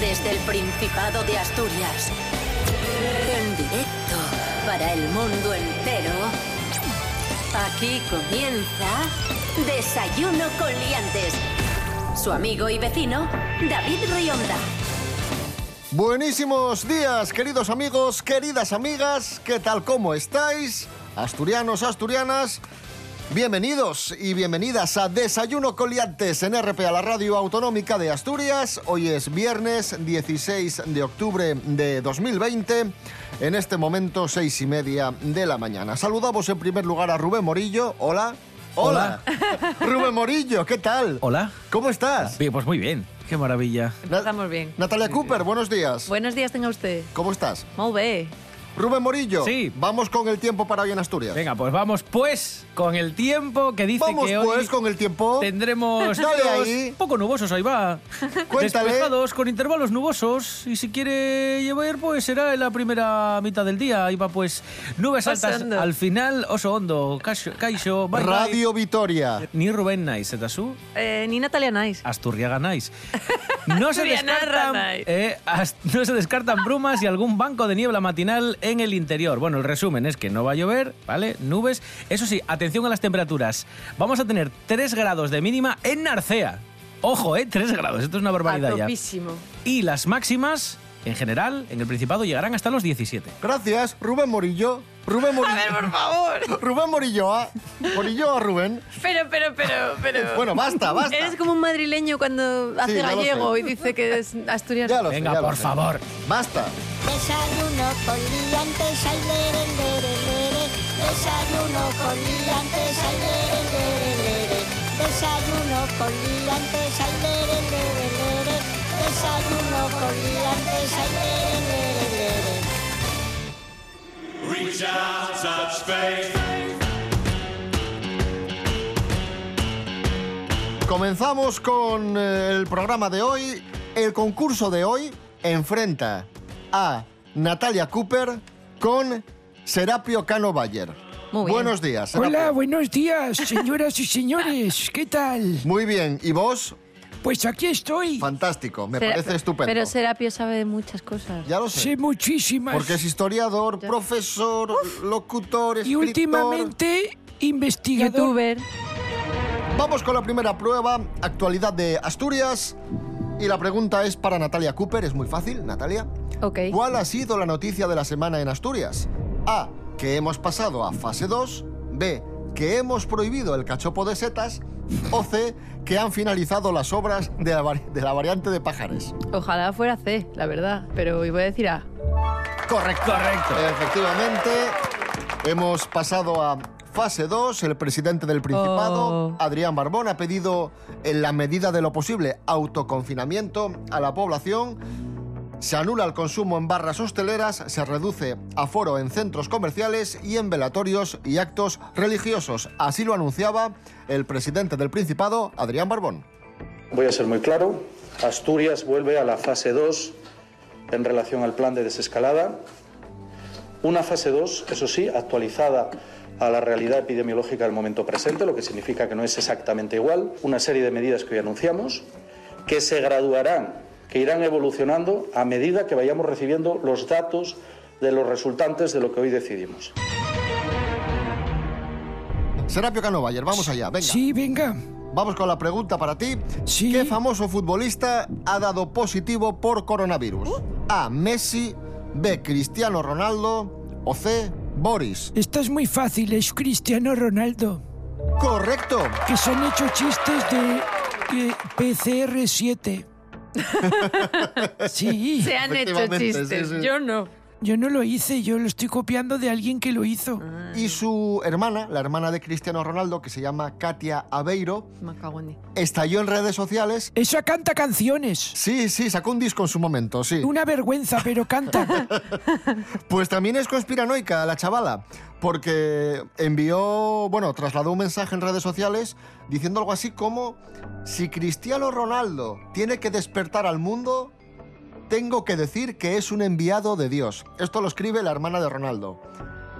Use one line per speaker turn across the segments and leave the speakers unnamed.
Desde el Principado de Asturias. En directo para el mundo entero. Aquí comienza Desayuno con Liantes. Su amigo y vecino, David Rionda.
Buenísimos días, queridos amigos, queridas amigas, ¿qué tal cómo estáis? Asturianos, asturianas, bienvenidos y bienvenidas a Desayuno Coliantes en RPA, la radio autonómica de Asturias. Hoy es viernes 16 de octubre de 2020, en este momento seis y media de la mañana. Saludamos en primer lugar a Rubén Morillo, hola.
Hola.
Rubén Morillo, ¿qué tal?
Hola.
¿Cómo estás?
Bien, pues muy bien. Qué maravilla.
Empezamos bien.
Natalia Cooper, buenos días.
Buenos días tenga usted.
¿Cómo estás?
Muy bien.
Rubén Morillo,
Sí.
vamos con el tiempo para hoy en Asturias.
Venga, pues vamos pues con el tiempo que dice
vamos
que hoy
pues con el tiempo.
tendremos
Dale
cielos
ahí.
un poco nubosos, ahí va.
Cuéntale.
Despejados con intervalos nubosos y si quiere llover pues será en la primera mitad del día. Ahí va pues nubes
Oso
altas
hondo.
al final, oso hondo, caixo, caixo bye, bye.
Radio Vitoria.
Ni Rubén Naiz, eta zu?
Eh, ni Natalia Nice.
Asturriaga Nice. No se,
Asturiana
descartan,
Nice.
eh, as- no se descartan brumas y algún banco de niebla matinal en el interior. Bueno, el resumen es que no va a llover, ¿vale? Nubes. Eso sí, atención a las temperaturas. Vamos a tener 3 grados de mínima en Narcea. Ojo, ¿eh? 3 grados. Esto es una barbaridad ya.
Guapísimo.
Y las máximas, en general, en el Principado llegarán hasta los 17.
Gracias, Rubén Morillo. Rubén Morillo.
Por favor.
Rubén Morillo A. Morillo A Rubén.
Pero, pero, pero, pero.
Bueno, basta, basta.
Eres como un madrileño cuando hace
ya lo
gallego
sé.
y dice que es asturiano.
Ya lo sé,
Venga,
ya lo
por
sé.
favor.
Basta.
Desayuno con liantes, ay, lere, lere, lere. Desayuno con liantes, ay, lere, lere, lere. Desayuno con liantes, ay, lere, lere, lere. Desayuno con liantes, ay, lere, lere, lere.
Reach out, touch faith.
Comenzamos con eh, el programa de hoy. El concurso de hoy enfrenta a Natalia Cooper con Serapio Cano Bayer.
Muy bien.
Buenos días.
Hola,
Serapio.
buenos días, señoras y señores. ¿Qué tal?
Muy bien. ¿Y vos?
Pues aquí estoy.
Fantástico. Me
Sera-
parece estupendo.
Pero Serapio sabe de muchas cosas.
ya lo sé.
Sé muchísimas.
Porque es historiador, profesor, locutor, escritor.
y últimamente investigador.
Youtuber.
Vamos con la primera prueba, actualidad de Asturias. Y la pregunta es para Natalia Cooper, es muy fácil, Natalia.
Ok.
¿Cuál ha sido la noticia de la semana en Asturias? A, que hemos pasado a fase 2, B, que hemos prohibido el cachopo de setas, o C, que han finalizado las obras de la, vari- de la variante de Pajares.
Ojalá fuera C, la verdad. Pero hoy voy a decir A.
Correcto.
Correcto.
Efectivamente, hemos pasado a fase 2. El presidente del Principado,
Oh.
Adrián Barbón, ha pedido, en la medida de lo posible, autoconfinamiento a la población. Se anula el consumo en barras hosteleras, se reduce aforo en centros comerciales y en velatorios y actos religiosos. Así lo anunciaba el presidente del Principado, Adrián Barbón.
Voy a ser muy claro. Asturias vuelve a la fase 2 en relación al plan de desescalada. Una fase 2, eso sí, actualizada a la realidad epidemiológica del momento presente, lo que significa que no es exactamente igual. Una serie de medidas que hoy anunciamos, que se graduarán, que irán evolucionando a medida que vayamos recibiendo los datos de los resultantes de lo que hoy decidimos.
Serapio Cano Bayer, vamos allá, venga.
Sí, venga.
Vamos con la pregunta para ti.
Sí.
¿Qué famoso futbolista ha dado positivo por coronavirus? A. Messi, B. Cristiano Ronaldo o C. Boris.
Esta es muy fácil, es Cristiano Ronaldo.
Correcto.
Que se han hecho chistes de eh, PCR7. Sí,
Se han hecho
Efectivamente, sí,
chistes.
sí.
Yo no.
yo no lo hice, yo lo estoy copiando de alguien que lo hizo.
Y su hermana, la hermana de Cristiano Ronaldo, que se llama Katia Aveiro,
Me cago en diez.
estalló en redes sociales.
Esa canta canciones.
Sí, sí, sacó un disco en su momento, sí.
Una vergüenza, pero canta.
Pues también es conspiranoica la chavala, porque envió, bueno, trasladó un mensaje en redes sociales diciendo algo así como, si Cristiano Ronaldo tiene que despertar al mundo, tengo que decir que es un enviado de Dios. Esto lo escribe la hermana de Ronaldo.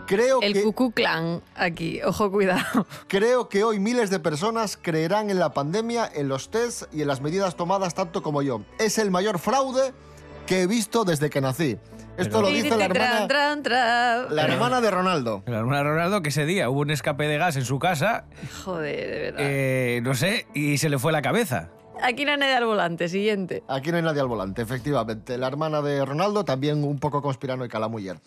Creo
El
que,
Cucú Clan aquí. Ojo, cuidado.
creo que hoy miles de personas creerán en la pandemia, en los tests y en las medidas tomadas tanto como yo. Es el mayor fraude que he visto desde que nací. Esto lo dice la hermana,
Tran, tran, tran.
la hermana de Ronaldo.
La hermana de Ronaldo, que ese día hubo un escape de gas en su casa,
Joder, de verdad.
eh, no sé, y se le fue la cabeza.
Aquí no hay nadie al volante, siguiente.
Aquí no hay nadie al volante, efectivamente. La hermana de Ronaldo, también un poco conspiranoica la mujer.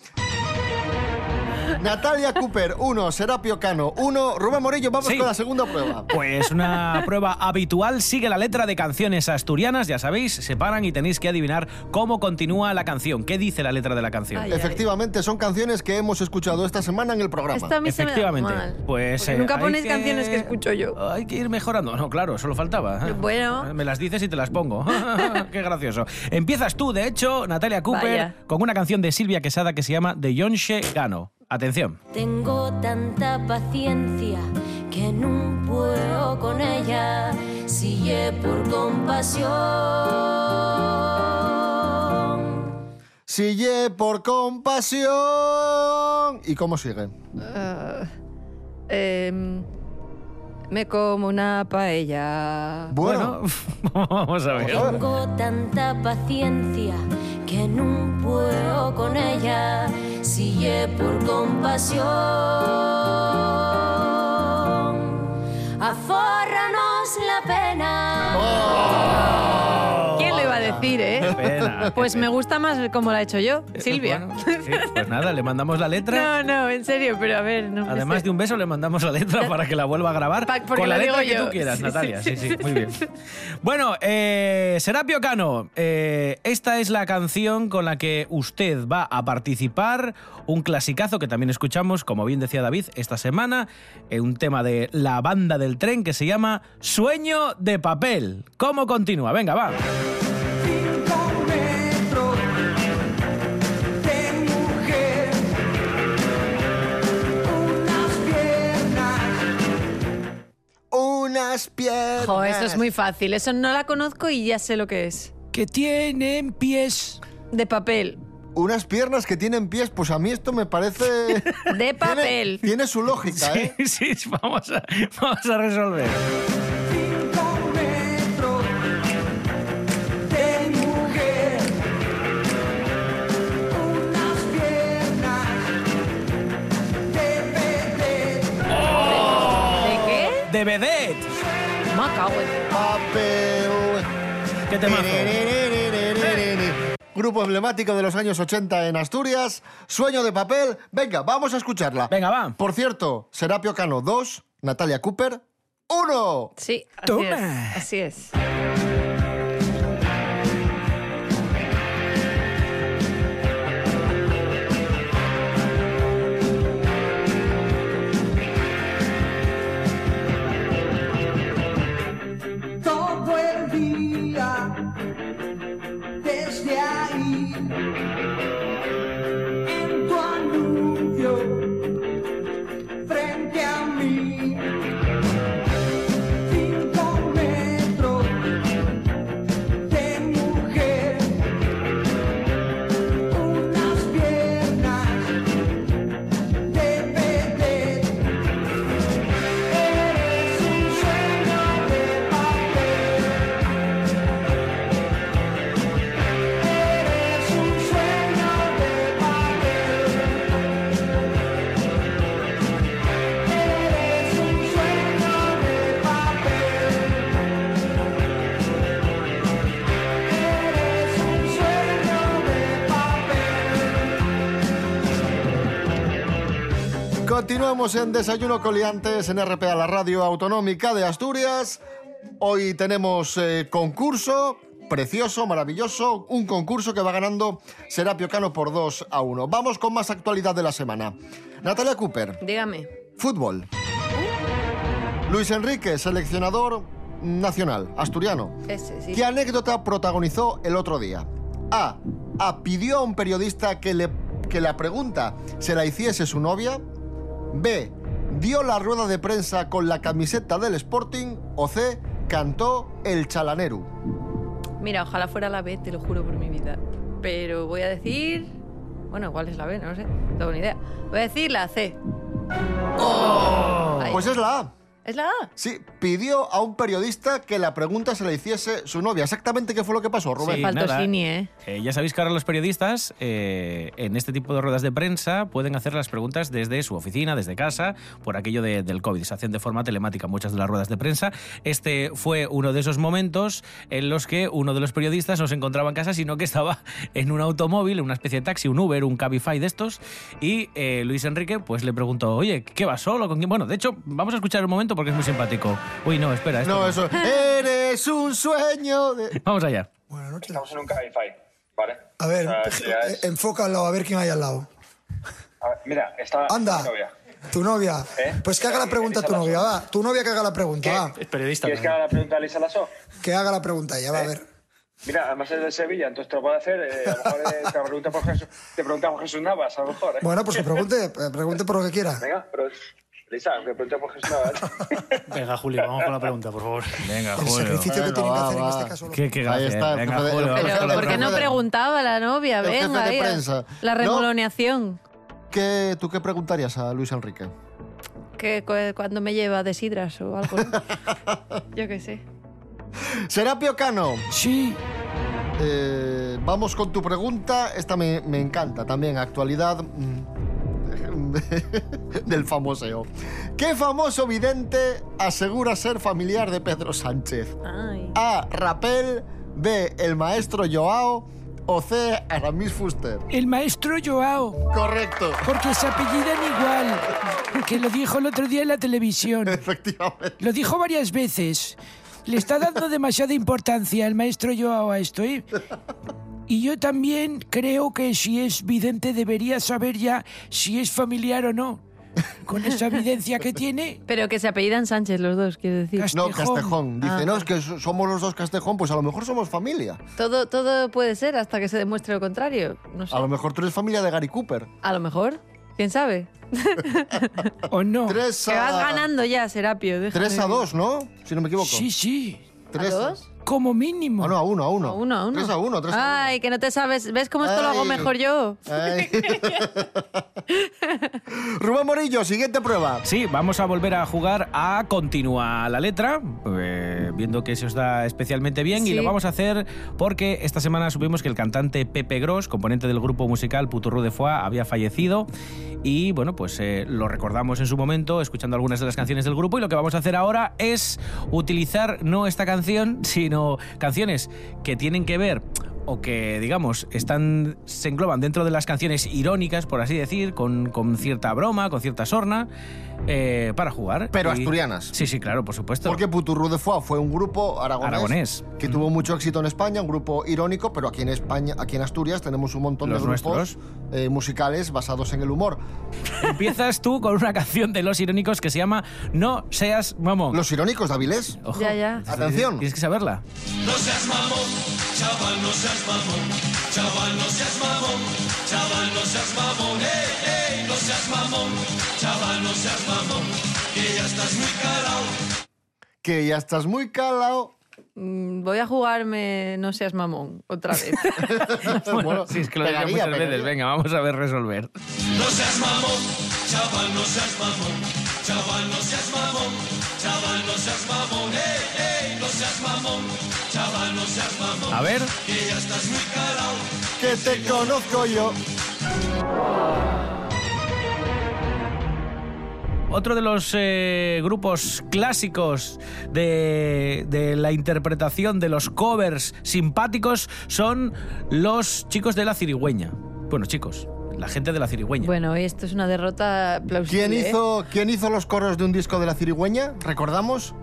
Natalia Cooper, 1. Serapio Cano, 1. Rubén Morillo, vamos
Sí.
con la segunda prueba.
Pues una prueba habitual sigue la letra de canciones asturianas, ya sabéis, se paran y tenéis que adivinar cómo continúa la canción, qué dice la letra de la canción.
Ay, ay.
Efectivamente, son canciones que hemos escuchado esta semana en el programa.
Esto a mí se me da
Efectivamente.
mal.
Pues
Porque
eh,
nunca
hay
ponéis canciones que escucho yo.
Hay que ir mejorando. No, claro, solo faltaba. ¿eh?
Bueno.
Me las dices y te las pongo. Qué gracioso. Empiezas tú, de hecho, Natalia Cooper,
Vaya.
con una canción de Silvia Quesada que se llama De Yonshe Gano. Atención.
Tengo tanta paciencia que no puedo con ella, sigue por compasión.
Sigue por compasión. ¿Y cómo sigue?
Ah, em, me como una paella.
Bueno,
Bueno, vamos a ver.
vamos a ver.
Tengo tanta paciencia que no puedo con ella, sigue por compasión. Afórranos la pena.
¿Quién lo iba a decir,
Qué
eh?
pena, qué
Pues me
pena.
gusta más como la ha hecho yo, Silvia.
Eh, Bueno, sí, pues nada, le mandamos la letra.
No, no, en serio, pero a ver, no. me
Además
sé.
de un beso, le mandamos la letra para que la vuelva a grabar
Pa- porque
con la
lo
letra
digo
que
yo.
tú quieras,
Sí,
Natalia. Sí,
sí,
sí,
sí.
muy bien. Bueno, eh, Serapio Cano, eh, esta es la canción con la que usted va a participar. Un clasicazo que también escuchamos, como bien decía David, esta semana. eh, un tema de la banda del tren que se llama Sueño de Papel. ¿Cómo continúa? Venga, va.
unas piernas.
Jo, eso es muy fácil. Eso no la conozco y ya sé lo que es.
Que tienen pies.
De papel.
Unas piernas que tienen pies, pues a mí esto me parece.
De
Tiene-
papel.
Tiene, su lógica, ¿eh?
Sí, sí, vamos a, vamos a resolver.
¿De qué?
De vedette.
Me cago en-
Papel.
¿Qué temazo?
Grupo emblemático de los años 80 en Asturias, Sueño de Papel. Venga, vamos a escucharla.
Venga, va.
Por cierto, Serapio Cano 2, Natalia Cooper 1.
Sí, así
Toma.
es. Así es.
todo el día desde ahí en tu anuncio frente a mí cinco metros de mujer unas piernas de vedette Eres un sueño de papel. Eres un sueño de papel. Eres un sueño de papel. Eres un sueño de papel.
Continuamos en Desayuno Coliantes en RPA, la radio autonómica de Asturias. Hoy tenemos eh, concurso precioso, maravilloso, un concurso que va ganando Serapio Cano por 2 a 1. Vamos con más actualidad de la semana. Natalia Cooper,
Dígame.
Fútbol. Luis Enrique, seleccionador nacional, asturiano.
Ese, sí.
¿Qué anécdota protagonizó el otro día? A. A pidió a un periodista que, le, que la pregunta se la hiciese su novia. B. Dio la rueda de prensa con la camiseta del Sporting. O C. Cantó El Chalaneru.
Mira, ojalá fuera la B, te lo juro por mi vida. Pero voy a decir. Bueno, igual es la B, no lo sé. No tengo ni idea. Voy a decir la C. Ay.
Pues es la A.
¿Es la A?
Sí, pidió a un periodista que la pregunta se la hiciese su novia. Exactamente qué fue lo que pasó, Rubén.
Sí,
Faltó
nada.
Sini, ¿eh?
Eh, ya sabéis que ahora los periodistas eh, en este tipo de ruedas de prensa pueden hacer las preguntas desde su oficina, desde casa, por aquello de- del COVID. Se hacen de forma telemática muchas de las ruedas de prensa. Este fue uno de esos momentos en los que uno de los periodistas no se encontraba en casa, sino que estaba en un automóvil, en una especie de taxi, un Uber, un Cabify de estos. Y eh, Luis Enrique pues le preguntó, oye, ¿qué vas solo? ¿Con quién? Bueno, de hecho, vamos a escuchar un momento porque es muy simpático. Uy, no, espera. esto
No, eso. Eres un sueño. de-
Vamos allá.
Buenas noches.
Estamos en un Cabify, ¿vale?
A ver,
O sea,
pe-
ya
eh,
es-
enfócalo, a ver quién hay al lado.
a ver, mira, está
Anda.
Ah, mi novia. ¿Eh?
Tu novia. Pues que haga la pregunta a tu novia, va. Tu novia que haga la pregunta, va.
Es periodista. ¿Quieres que haga la pregunta a Lisa Lasso?
Que haga la pregunta ella, va
¿Eh?
a ver.
Mira, además es de Sevilla, entonces te lo puedo hacer. eh, a lo mejor eh, te, pregunta por Jesús, te preguntamos Jesús Navas, a lo mejor. ¿eh?
Bueno, pues que pregunte, eh, pregunte por lo que quiera.
Venga, pero... Lisa, que pregunte por Jesús Navas.
Venga, Julio, vamos con la pregunta, por favor.
Venga,
El
Julio.
sacrificio que tienen que hacer en este caso.
Qué, qué gracia,
está,
eh.
el
Venga,
jefe de- el
Julio, vamos a
jefe de-
hablar.
Porque no preguntaba la novia,
El jefe
venga.
de
ahí,
prensa.
La
No.
remoloneación.
¿Qué- ¿Tú qué preguntarías a Luis Enrique?
Que cu- cuando me lleva de sidras o algo. ¿no? Yo qué sé.
Serapio Cano.
Sí.
Eh, vamos con tu pregunta. Esta me, me encanta también. Actualidad mm, del famoseo. ¿Qué famoso vidente asegura ser familiar de Pedro Sánchez?
Ay.
A. Rapel. B. El maestro Joao. O C. Aramis Fuster.
El maestro Joao,
Correcto.
porque se apellidan igual, que lo dijo el otro día en la televisión.
Efectivamente.
Lo dijo varias veces. Le está dando demasiada importancia el maestro Joao a esto, ¿eh? Y yo también creo que si es vidente debería saber ya si es familiar o no. Con esa evidencia que tiene,
Pero que se apellidan Sánchez los dos, quiero decir.
No, Castejón. Dice,
Ah.
no, es que so- somos los dos Castejón, pues a lo mejor somos familia.
Todo, todo puede ser hasta que se demuestre lo contrario. No sé.
A lo mejor tú eres familia de Gary Cooper.
A lo mejor. ¿Quién sabe?
o no.
Tres
Que vas
a,
ganando ya, Serapio. déjame
3 a
vivir.
2, ¿no? Si no me equivoco.
Sí, sí.
Tres
¿A dos?
Como mínimo.
Ah, no, a 1, a 1.
A uno, a uno.
3 a 1, 3 a
Ay, que no te sabes. ¿Ves cómo esto lo hago
Ay.
mejor yo?
1. Rubén Morillo, siguiente prueba.
Sí, vamos a volver a jugar a Continúa la letra, eh, viendo que se os da especialmente bien y
Sí.
lo vamos a hacer porque esta semana supimos que el cantante Pepe Gros, componente del grupo musical Puturru de Foix, había fallecido y bueno, pues eh, lo recordamos en su momento escuchando algunas de las canciones del grupo y lo que vamos a hacer ahora es utilizar no esta canción, sino canciones que tienen que ver o que, digamos, están, se engloban dentro de las canciones irónicas, por así decir, con, con cierta broma, con cierta sorna, eh, para jugar.
Pero
Y-
asturianas.
Sí, sí, claro, por supuesto.
Porque Puturru de Foix fue un grupo aragonés,
Aragonés.
que tuvo mucho éxito en España, un grupo irónico, pero aquí en España, aquí en Asturias tenemos un montón
Los
de grupos eh, musicales basados en el humor.
Empiezas tú con una canción de Los Irónicos que se llama No seas mamón.
Los irónicos de Avilés.
Ojo.
Ya, ya.
Atención.
Tienes que saberla.
No seas mamón, chaval, no seas mamón, chaval, no seas mamón, chaval, no seas mamón, ey, ey, no seas mamón, chaval, no seas mamón, que ya estás muy calado.
Que ya estás muy calado.
Mm, Voy a jugarme No seas mamón otra vez.
Bueno,
sí, es que lo diría
pegaría,
muchas veces.
pegaría.
Venga, vamos a ver resolver.
No seas mamón, chaval, no seas mamón, chaval, no seas mamón, chaval, no seas mamón, ey, ey, no seas mamón, chaval, no seas mamón,
A ver.
que ya estás muy calado.
Que te conozco yo.
Otro de los eh, grupos clásicos de, de la interpretación de los covers simpáticos son los chicos de la cirigüeña. Bueno, chicos, la gente de la cirigüeña.
bueno, y esto es una derrota plausible.
¿Quién
¿eh?
hizo, ¿Quién hizo los coros de un disco de la cirigüeña? ¿Recordamos?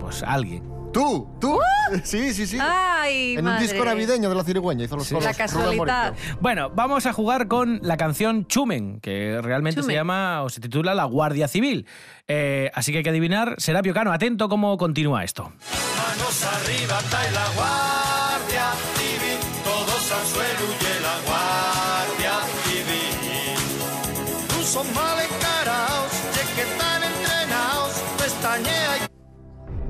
Pues alguien.
Tú, tú. Sí, sí, sí.
Ay,
en
madre.
un disco navideño de la cirigüeña hizo los
Sí.
coros.
La
Rubén
casualidad.
Morillo.
Bueno, vamos a jugar con la canción Chumen, que realmente se
Chumen.
llama o se titula La Guardia Civil. Eh, así que hay que adivinar. Serapio Cano, atento cómo continúa esto.
Manos arriba, trae la guardia civil, todos al suelo huye la guardia civil. Tú son mal encaraos, ya que están entrenaos, pestañea y...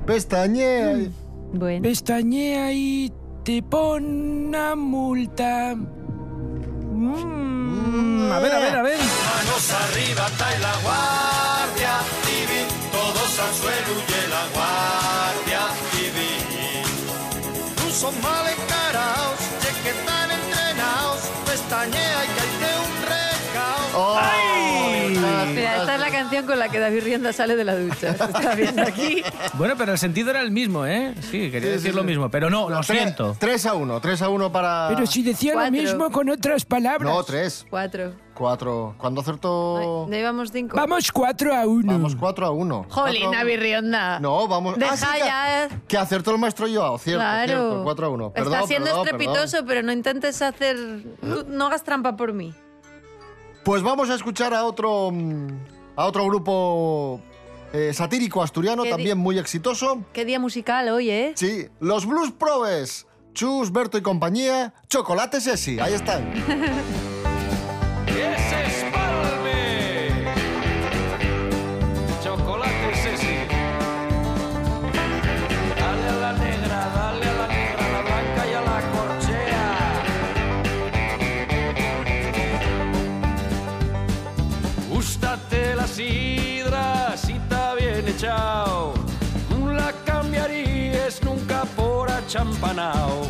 Pestañea.
Bueno.
Pestañea y te pon una multa.
Mm.
A
Eh.
ver, a ver, a ver.
Manos arriba, trae la guardia civil, todos al al suelo huye la guardia civil. No son mal encaraos, ya que están entrenados, pestañea y cae de un recao.
Mira, esta es la canción con la que David Rienda sale de la ducha. Se está viendo aquí.
Bueno, pero el sentido era el mismo, ¿eh? Sí, quería
Sí, sí,
decir lo
sí.
mismo, pero no, lo
Tres-
siento.
3 a 1, 3 a 1 para...
Pero si decía
Cuatro.
lo mismo con otras palabras.
No, 3,
Cuatro.
4. Cuando acertó...
No íbamos cinco.
Vamos 4 a 1.
Vamos 4 a uno.
Jolín,
Cuatro-
David Rionda.
No, vamos...
Deja
Ah, sí, que-
ya.
que, acertó el maestro Joao, cierto,
claro.
cierto, 4 a 1. Perdón,
Está siendo
perdón, perdón.
estrepitoso, pero no intentes hacer. No, no hagas trampa por mí.
Pues vamos a escuchar a otro, mm, a otro grupo eh, satírico asturiano,
¿Qué di-
también muy exitoso.
Qué día musical hoy, ¿eh?
Sí, los Blues Probes. Chus, Berto y compañía, Chocolate Sesi, ahí están.
¡Ese es Palme! Chocolate Ceci. Dale a la negra, dale a la negra, a la blanca y a la corchea. Gústate la sidra si está bien echao. No la cambiarías nunca por achampanao.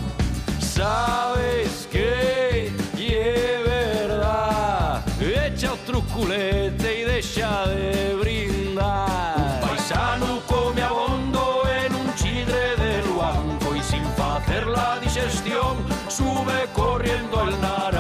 Sabes que y es verdad. Echa otro culete y deja de brindar. Un paisano come abondo en un chigre de luanco y sin hacer la digestión sube corriendo el naranco.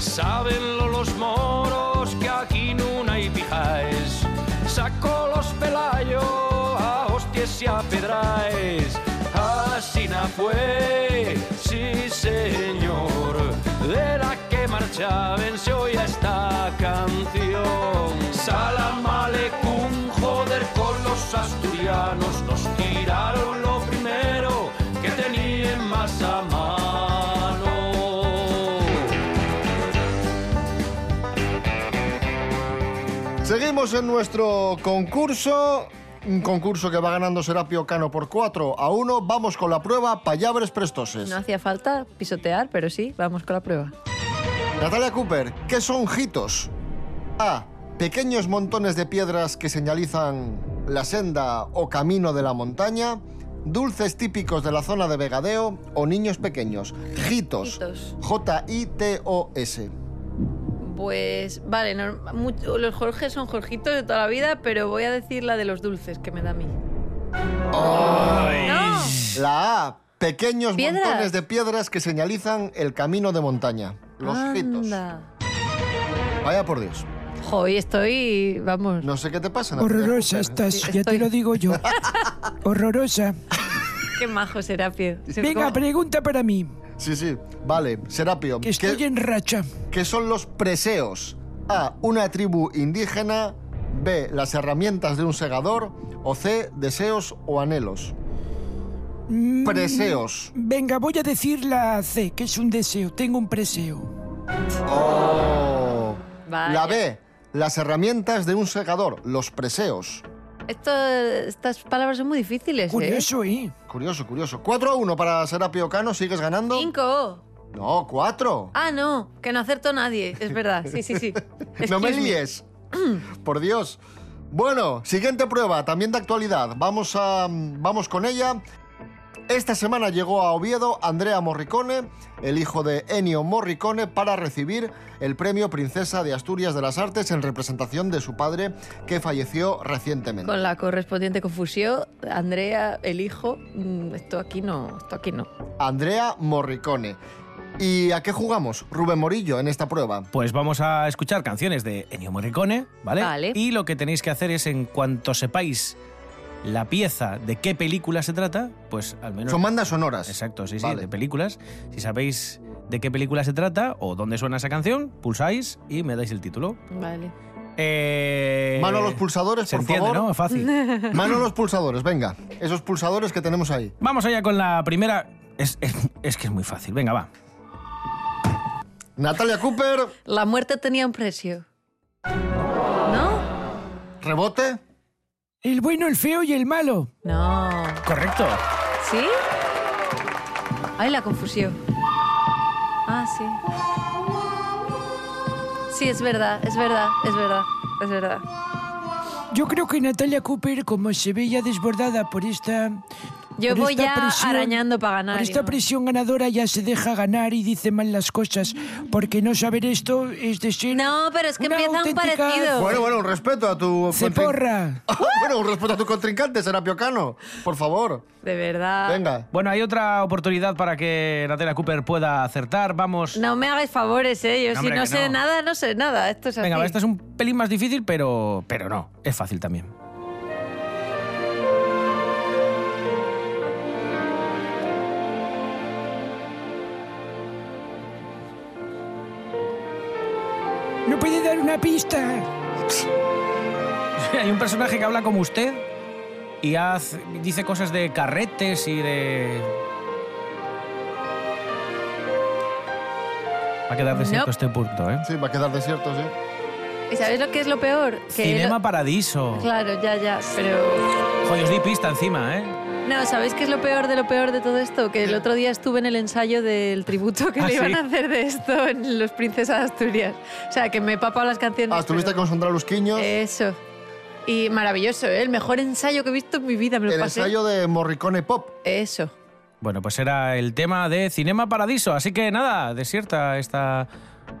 Sábenlo los moros que aquí no hay pijaes. Sacó los pelayo a hostias y a pedraes. Así na fue, sí señor. De la que marchaban se oía esta canción. Salamalecum, joder con los asturianos. Nos tiraron lo primero que tenían más a mano.
Seguimos en nuestro concurso. Un concurso que va ganando Serapio Cano por 4 a 1. Vamos con la prueba Payabres Prestoses.
No hacía falta pisotear, pero sí, vamos con la prueba.
Natalia Cooper, ¿qué son jitos? A. Pequeños montones de piedras que señalizan la senda o camino de la montaña. Dulces típicos de la zona de vegadeo o niños pequeños. Jitos.
Hitos.
J-I-T-O-S.
Pues vale, no- mucho- los Jorges son Jorgitos de toda la vida, pero voy a decir la de los dulces que me da a mí. ¡No!
La A. Pequeños
Piedras.
montones de piedras que señalizan el camino de montaña. Los jitos.
Anda.
Vaya por Dios.
Hoy estoy, vamos.
No sé qué te pasa. Natalia
Horrorosa
Cooper.
estás, ya te lo digo yo. Horrorosa.
Qué majo Serapio.
Venga, pregunta para mí.
Sí, sí. Vale, Serapio.
Que estoy en racha.
¿Qué son los preseos? A. Una tribu indígena. B. Las herramientas de un segador. O C. Deseos o anhelos.
Mm,
Preseos.
Venga, voy a decir la C, que es un deseo. Tengo un preseo.
Oh.
Vale.
La B. Las herramientas de un segador. Los preseos.
Esto, estas palabras son muy difíciles, ¿eh?
Curioso, ¿eh?
Curioso, curioso. 4 a 1 para Serapio Cano. ¿Sigues ganando?
Cinco.
No, 4.
Ah, no, que no acertó nadie. Es verdad, sí, sí, sí.
No me
Excuse me.
líes. Por Dios. Bueno, siguiente prueba, también de actualidad. Vamos, a, vamos con ella. Esta semana llegó a Oviedo Andrea Morricone, el hijo de Ennio Morricone, para recibir el premio Princesa de Asturias de las Artes en representación de su padre, que falleció recientemente.
Con la correspondiente confusión, Andrea, el hijo, mm, esto aquí no, esto aquí no.
Andrea Morricone. ¿Y a qué jugamos, Rubén Morillo, en esta prueba?
Pues vamos a escuchar canciones de Ennio Morricone, ¿vale?
Vale.
Y lo que tenéis que hacer es, en cuanto sepáis la pieza de qué película se trata, pues al menos...
Son bandas sonoras.
Exacto, sí, sí,
Vale.
de películas. Si sabéis de qué película se trata o dónde suena esa canción, pulsáis y me dais el título.
Vale.
Eh...
Mano a los pulsadores,
Se
por
entiende,
favor.
¿no? Es fácil.
Mano a los pulsadores, venga. Esos pulsadores que tenemos ahí.
Vamos allá con la primera. Es, es- es que es muy fácil. Venga, va.
Natalia Cooper,
La muerte tenía un precio. ¿No?
rebote.
El bueno, el feo y el malo.
No.
Correcto.
¿Sí? Ay, la confusión. Ah, sí. Sí, es verdad, es verdad, es verdad, es verdad.
Yo creo que Natalia Cooper, como se veía desbordada por esta.
Yo
por
voy
esta
ya arañando para ganar,
Por esta
¿no?
presión ganadora ya se deja ganar y dice mal las cosas, porque no saber esto es decir.
No, pero es que
una
empieza un
auténtica-
parecido.
Bueno, bueno, un respeto a tu...
Ceporra.
bueno, un respeto a tu contrincante, Serapio Cano. Por favor.
De
Ah.
verdad.
Venga.
Bueno, hay otra oportunidad para que Natalia Cooper pueda acertar. Vamos.
No me hagáis favores, ¿eh? Yo
No,
si
hombre,
no
que
sé
no.
nada, no sé nada. Esto es
Venga,
así.
va, esta es un pelín más difícil, pero, pero no, es fácil también.
No puede dar una pista.
Hay un personaje que habla como usted y haz- dice cosas de carretes y de... Va a quedar desierto
Nope.
este punto, ¿eh?
Sí, va a quedar desierto, sí.
¿Y sabéis lo que es lo peor? Que
Cinema
lo-
Paradiso.
Claro, ya, ya, pero...
Joder, os di pista encima, ¿eh?
No, ¿sabéis qué es lo peor de lo peor de todo esto? Que el otro día estuve en el ensayo del tributo que
¿Ah,
le iban
sí?
a hacer de esto en Los Princesas de Asturias. O sea, que me he papado las canciones.
Ah, estuviste
pero-
con Sandra Lusquiños.
Eh,
Eso. Y maravilloso, ¿eh? El mejor ensayo que he visto en mi vida, me lo
el
pasé.
ensayo de Morricone Pop.
Eso.
Bueno, pues era el tema de Cinema Paradiso, así que nada, desierta esta,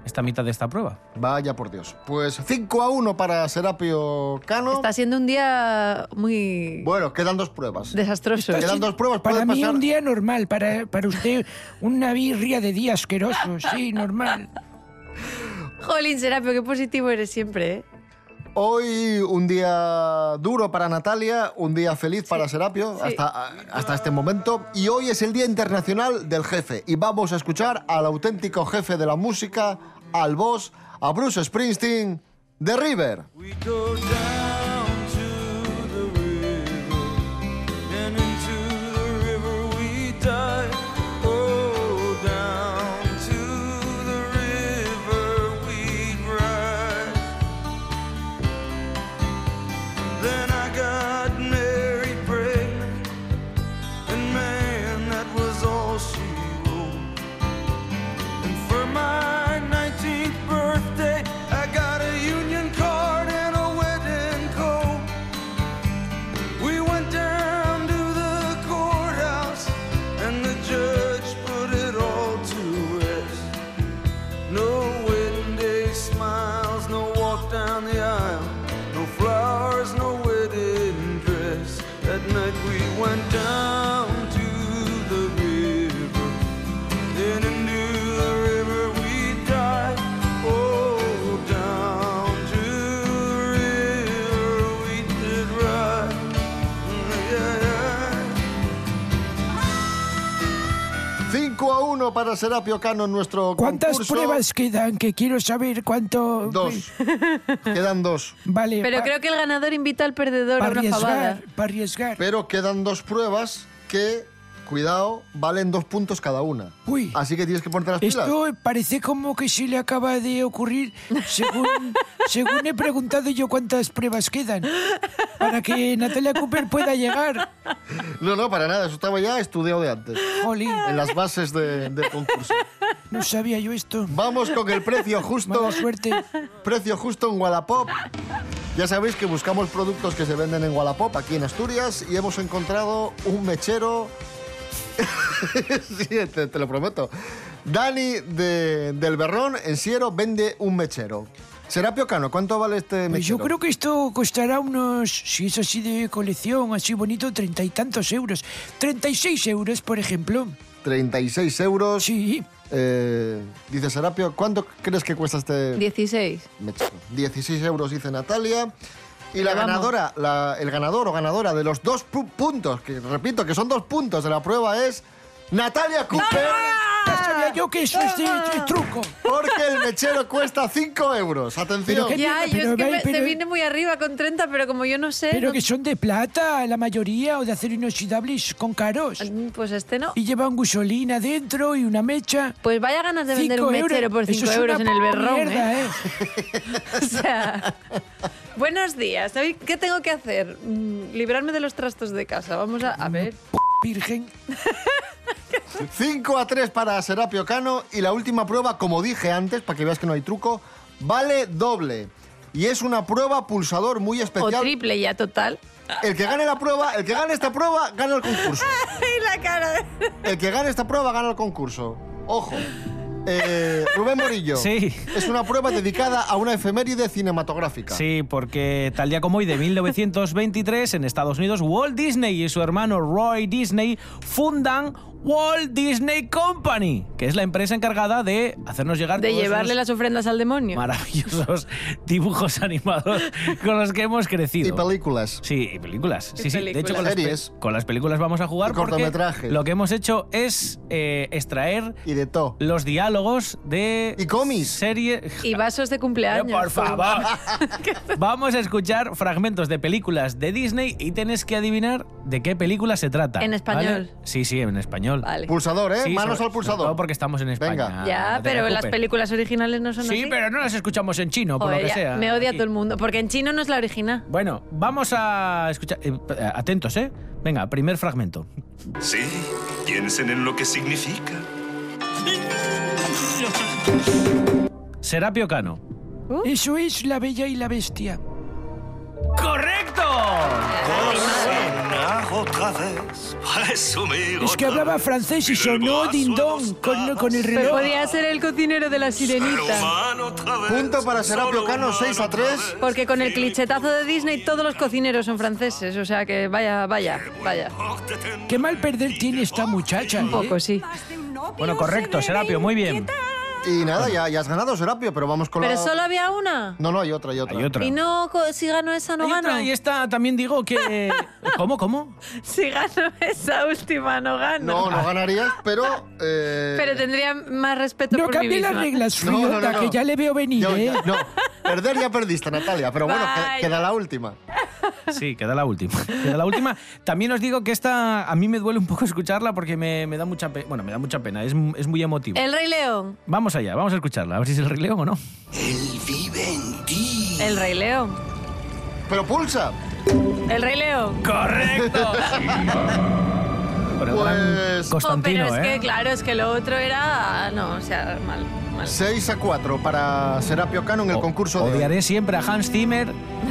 esta mitad de esta prueba.
Vaya por Dios. Pues 5 a 1 para Serapio Cano.
Está siendo un día muy
Bueno, quedan dos pruebas.
desastroso.
Quedan dos pruebas,
Para
puede
mí
pasar.
un día normal, para, para usted una birria de día asqueroso, sí, normal.
Jolín, Serapio, qué positivo eres siempre, ¿eh?
Hoy un día duro para Natalia, un día feliz para Serapio
sí.
hasta, hasta este momento. Y hoy es el Día Internacional del Jefe. Y vamos a escuchar al auténtico jefe de la música, al boss, a Bruce Springsteen, de River.
Go down to the river and into the river we dive. Oh, down to the river we ride. Then I got married, pregnant, and man, that was all she wrote. And for my 19th birthday, I got a union card and a wedding coat. We went down to the courthouse, and the judge put it all to rest. No wedding day smiles, no walk down the aisle, no flowers, no wedding dress. That night we went down to the river. Then into the river we dive. Oh, down to the river we did ride. Mm, yeah, yeah.
5 a 1 para Serapio Cano en nuestro
¿Cuántas
concurso.
pruebas quedan? Que quiero saber cuánto...
Dos. Quedan dos.
Vale,
Pero
pa-
creo que el ganador invita al perdedor a
para
una
arriesgar,
fabada.
para arriesgar.
Pero quedan dos pruebas que, cuidado, valen dos puntos cada una.
Uy.
Así que tienes que ponerte las pilas.
Esto parece como que se le acaba de ocurrir según, según he preguntado yo cuántas pruebas quedan para que Natalia Cooper pueda llegar.
No, no, para nada. Eso estaba ya estudiado de antes.
Jolín,
En las bases de- del concurso.
no sabía yo esto.
Vamos con el precio justo.
Mala suerte.
Precio justo en Wallapop. Ya sabéis que buscamos productos que se venden en Wallapop aquí en Asturias y hemos encontrado un mechero. sí, te, te lo prometo. Dani de- del Berrón en Siero vende un mechero. Serapio Cano, ¿cuánto vale este
Pues
mechero?
yo creo que esto costará unos, si es así de colección, así bonito, treinta y tantos euros. 36 euros, por ejemplo.
36 euros.
Sí.
Eh, dice Serapio, ¿cuánto crees que cuesta este
16.
mechero? 16 euros, dice Natalia. Y la
Vamos.
ganadora, la- el ganador o ganadora de los dos pu- puntos, que repito que son dos puntos de la prueba, es Natalia Cooper,
Ya sabía yo que esto es de- de truco.
Ah. porque el mechero cuesta 5 euros. Atención.
Pero qué-
Ya, yo
Pero
es que
ve-
me- se
pero-
viene muy arriba con 30, pero como yo no sé...
Pero
no-
que son de plata, la mayoría, o de acero inoxidable, con caros.
Mm, Pues este no.
Y llevan gasolina dentro y una mecha.
Pues vaya ganas de vender
Cinco
un mechero por
euros. Eso
5
es
euros en
una
el berrón,
mierda,
¿eh?
¿eh?
O sea... Buenos días. ¿sabéis ¿Qué tengo que hacer? Mm, Librarme de los trastos de casa. Vamos a... A ver...
Virgen.
5 a 3 para Serapio Cano y la última prueba, como dije antes, para que veas que no hay truco, vale doble. Y es una prueba pulsador muy especial.
O triple ya total.
El que gane la prueba, el que gane esta prueba, gana el concurso.
y la cara de...
El que gane esta prueba gana el concurso. Ojo. Eh, Rubén Morillo.
Sí.
Es una prueba dedicada a una efeméride cinematográfica.
Sí, porque tal día como hoy, de 1923, en Estados Unidos, Walt Disney y su hermano Roy Disney fundan Walt Disney Company, que es la empresa encargada de hacernos llegar
De
todos
llevarle
esos
las ofrendas al demonio.
maravillosos dibujos animados con los que hemos crecido.
Y películas.
Sí, y películas.
Y
Sí, sí. De hecho,
películas.
con las, pe-
Series.
con las películas vamos a jugar
Y
porque
cortometrajes.
lo que hemos hecho es eh, extraer
Y de todo.
los diálogos de
Y cómics.
serie Eh,
Y vasos de cumpleaños.
por favor. Vamos a escuchar fragmentos de películas de Disney y tenés que adivinar de qué película se trata.
En español.
¿vale? Sí, sí, en español.
Vale.
Pulsador, ¿eh?
Sí,
Manos
sobre-
al
sobre todo
pulsador.
porque estamos en España.
Venga.
Ya,
no Ah, te
pero las
preocupes.
películas originales no son así.
Sí, pero no las escuchamos en chino, por
Joder,
lo que
ya,
sea.
Me odia
Aquí.
todo el mundo, porque en chino no es la original.
Bueno, vamos a escuchar. eh, atentos, ¿eh? Venga, primer fragmento.
Sí, piensen en lo que significa.
Serapio Cano.
Uh.
Eso es La Bella y la Bestia.
¡Correcto!
Es que hablaba francés y sonó dindón con, con el
Pero
reloj.
podía ser el cocinero de la sirenita.
Punto para Serapio Cano, 6 a 3.
Porque con el clichetazo de Disney todos los cocineros son franceses. O sea que vaya, vaya, vaya.
Qué mal perder tiene esta muchacha.
Un
¿eh?
poco, sí.
Bueno, correcto, Serapio, muy bien.
Y nada, ya, ya has ganado, Serapio, pero vamos con
Pero
la...
solo había una.
No, no, hay otra, hay otra.
Hay otra.
Y no, co- si gano esa, no
Hay
gano.
otra, y esta también digo que. ¿Cómo, cómo?
Si gano esa última, no gano.
No, no ganarías, pero... eh,
Pero tendría más respeto
No
por mí
cambie las
misma.
reglas,
No, no, no,
Friota,
no.
que ya le veo venir,
ya-
¿eh?
ya- no, perder ya perdiste, Natalia, pero bueno, que-
Vaya.
queda la última.
Sí, queda la última. Queda la última. También os digo que esta a mí me duele un poco escucharla porque me, me da mucha pena. Bueno, me da mucha pena, es, es muy emotivo.
El Rey León.
Vamos allá, vamos a escucharla, a ver si es el Rey León o no.
El Rey León.
Pero pulsa.
El Rey León. Oh,
¡Correcto! Por el gran
Pues-
Constantino,
Oh, pero es
¿eh?
que, claro, es que lo otro era. No, o sea, mal. mal.
6 a 4 para Serapio Cano en el
O-
concurso de... hoy.
Odiaré siempre a Hans Zimmer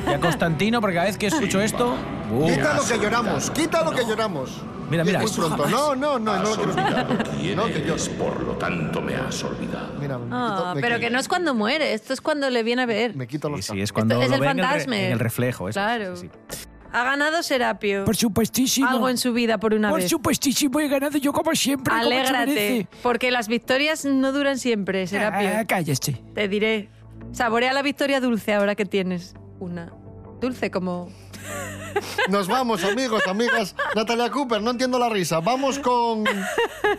y a Constantino porque cada vez que escucho esto. ¡buh!
Quita lo que lloramos, quita lo que lloramos.
Mira,
Y
mira.
Es muy pronto. No, no, no, no lo quiero quitar. No, que yo...
por lo tanto me has olvidado.
Mira, me
Ah,
quito- me
pero
quito-
que no es cuando muere, esto es cuando le viene a ver.
Me quito los
Sí, sí,
zapatos.
es cuando
Esto Este es
lo
el
ve en re-
fantasma.
En, el reflejo. eso,
Claro.
sí, sí.
Ha ganado Serapio.
Por supuestísimo.
Algo en su vida por una
Por
vez.
supuestísimo, he ganado yo como siempre. como se merece.
Alégrate, porque las victorias no duran siempre, Serapio.
Ah, cállate.
Te diré. Saborea la victoria dulce ahora que tienes una. Dulce como...
Nos vamos, amigos, amigas. Natalia Cooper, no entiendo la risa. Vamos con...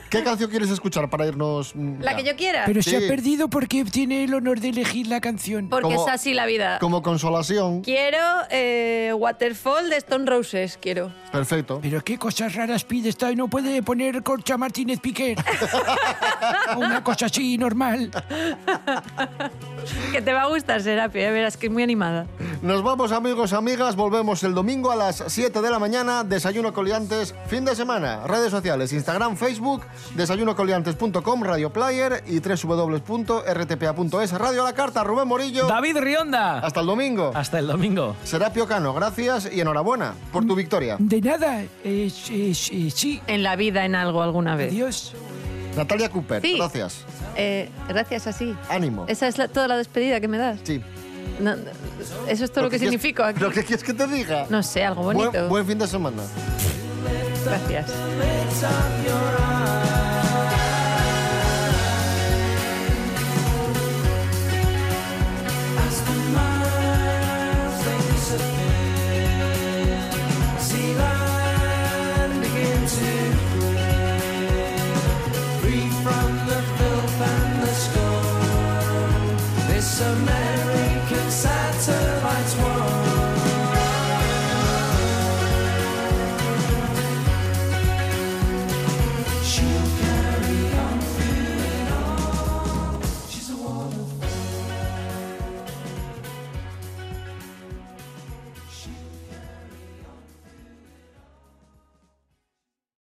¿Qué canción quieres escuchar para irnos? mm,
La
ya?
que yo quiera.
Pero
Sí.
se ha perdido porque tiene el honor de elegir la canción.
Porque
como-
es así la vida.
Como consolación.
Quiero eh, Waterfall de Stone Roses, quiero.
Perfecto.
Pero qué cosas raras pide esta y no puede poner Corcha Martínez Piquer. O Una cosa así, normal.
Que te va a gustar, Serapio, ya verás que es muy animada.
Nos vamos, amigos, amigas. Volvemos el domingo a las 7 de la mañana. Desayuno Coliantes, fin de semana. Redes sociales, Instagram, Facebook, desayunocoliantes.com, Radio Player y www.rtpa.es. Radio a la carta, Rubén Morillo.
David Rionda.
Hasta el domingo.
Hasta el domingo.
Serapio Cano, gracias y enhorabuena por tu victoria.
Mm.
De nada. eh, eh, eh, sí.
En la vida, en algo, alguna vez.
Adiós.
Natalia Cooper,
Sí.
gracias.
Eh, gracias, así.
Ánimo.
Esa es la- toda la despedida que me das.
Sí.
No, no, eso es todo lo, que,
quieres-
significo aquí.
Lo que quieres que te diga.
No sé, algo
Buen-
bonito.
Buen, fin de semana.
Gracias.
There's so many